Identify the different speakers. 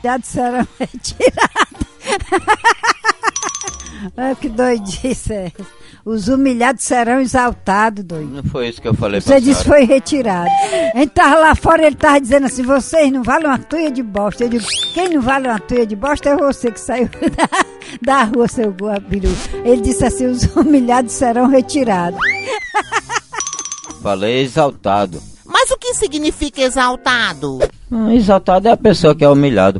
Speaker 1: até a serão é tirada. Olha que doidice é essa. Os humilhados serão exaltados, doido.
Speaker 2: Não foi isso que eu falei
Speaker 1: Você disse foi retirado. A gente tava lá fora, ele tava dizendo assim, vocês não valem uma tuia de bosta. Eu digo, quem não vale uma tuia de bosta é você que saiu da, da rua, seu guabiru. Ele disse assim, os humilhados serão retirados.
Speaker 2: Falei exaltado.
Speaker 3: Mas o que significa exaltado?
Speaker 2: Hum, exaltado é a pessoa que é humilhado.